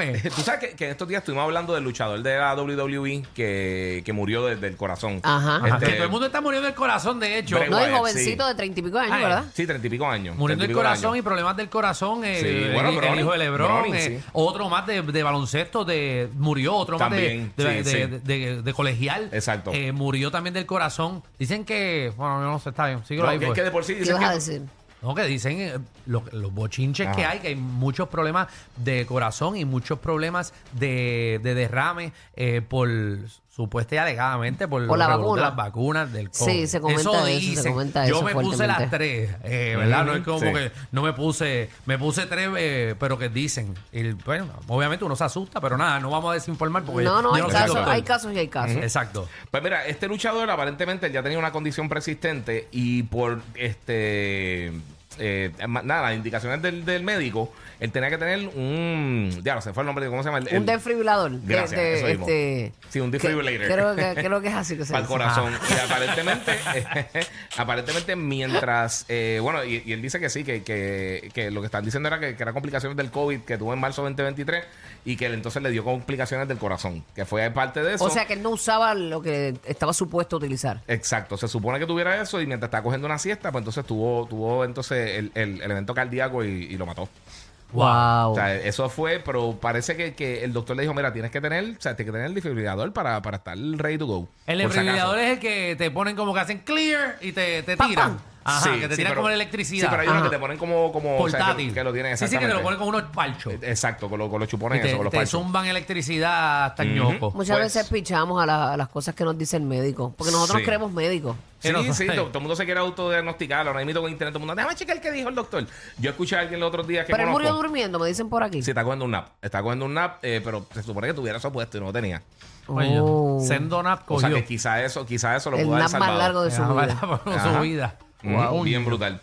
Eh, Tú sabes que, que en estos días estuvimos hablando del luchador de la WWE que, que murió desde el corazón. Ajá. Este, Ajá, Que todo el mundo está muriendo del corazón, de hecho. Bray No, Wyatt, el sí. eh. jovencito de treinta y pico de años, Ah, ¿verdad? Sí, treinta y pico años. Muriendo del 30 y pico corazón años. y problemas del corazón. El, Sí, bueno, el- el Browning, hijo de Lebron. Browning, eh, sí. Otro más de, de baloncesto de, murió. Otro También, más de, de, sí, de- sí. de- de- de colegial. Exacto. eh, murió también del corazón. Dicen que. Bueno, no sé, está bien. Síguelo No, ahí. que es pues. que de por sí ¿Qué dicen vas a que decir? No, que dicen eh, lo- los bochinches Ajá. que hay, que hay muchos problemas de corazón y muchos problemas de, de derrame eh, por supuesta y alegadamente por, Por la los revoluciones vacuna. de las vacunas del COVID. Sí, se comenta eso, se dicen. comenta Yo eso me puse las fuertemente. tres, eh, ¿verdad? No es Mm, como sí. que no me puse, me puse tres, eh, pero que dicen. Y, bueno, obviamente uno se asusta, pero nada, no vamos a desinformar porque No, no, yo hay soy casos, doctor. hay casos y hay casos. Exacto. Pues mira, este luchador aparentemente él ya tenía una condición persistente y por este eh, ma- nada, las indicaciones del, del médico, él tenía que tener un ya no se fue el nombre de cómo se llama el, Un el- desfibrilador. de- Gracias, de- eso mismo. este, Sí, un que- defibrillator. Creo que, creo que es así que se Para el dice. corazón. Y aparentemente, aparentemente mientras, eh, bueno, y, y él dice que sí, que, que, que lo que están diciendo era que, que era complicaciones del COVID que tuvo en marzo 2023 y que él entonces le dio complicaciones del corazón, que fue parte de eso. O sea que él no usaba lo que estaba supuesto a utilizar. Exacto, se supone que tuviera eso y mientras estaba cogiendo una siesta, pues entonces tuvo, tuvo entonces el, el, el evento cardíaco y, y lo mató. Wow. O sea, eso fue, pero parece que, que el doctor le dijo, mira, tienes que tener, o sea, tienes que tener el defibrilador para, para estar ready to go. El por si acaso. defibrilador es el que te ponen como que hacen clear y te, te Pam, tiran. pam. Ajá, Sí, que te sí, tiran pero- como la electricidad. Sí, pero hay uno Ajá. que te ponen como, como o sea, que- portátil. que, lo tienen sí, sí, que te lo exactamente. ponen con unos palchos. Exacto, con, lo- con los Y chupones, te, eso, con los te parches. zumban electricidad hasta el ñoco. Muchas pues- veces pichamos a, la- a las cosas que nos dice el médico, porque nosotros Sí. creemos médicos. Sí, Pero- sí, to- todo el mundo se quiere autodiagnosticar. Ahora mismo con internet, todo el mundo. Déjame checar qué dijo el doctor. Yo escuché a alguien el otro día que. Pero él murió conozco- durmiendo, me dicen por aquí. Sí, está cogiendo un nap. Está cogiendo un nap, eh, pero se supone que tuviera eso puesto y no lo tenía. Oh. Oye, Sendo Nap O sea cogió. que quizá eso, quizá eso lo el pudo haber nap más salvado. largo de su Ah, vida. para- para Ajá. su vida. Mm, Wow. Bien brutal.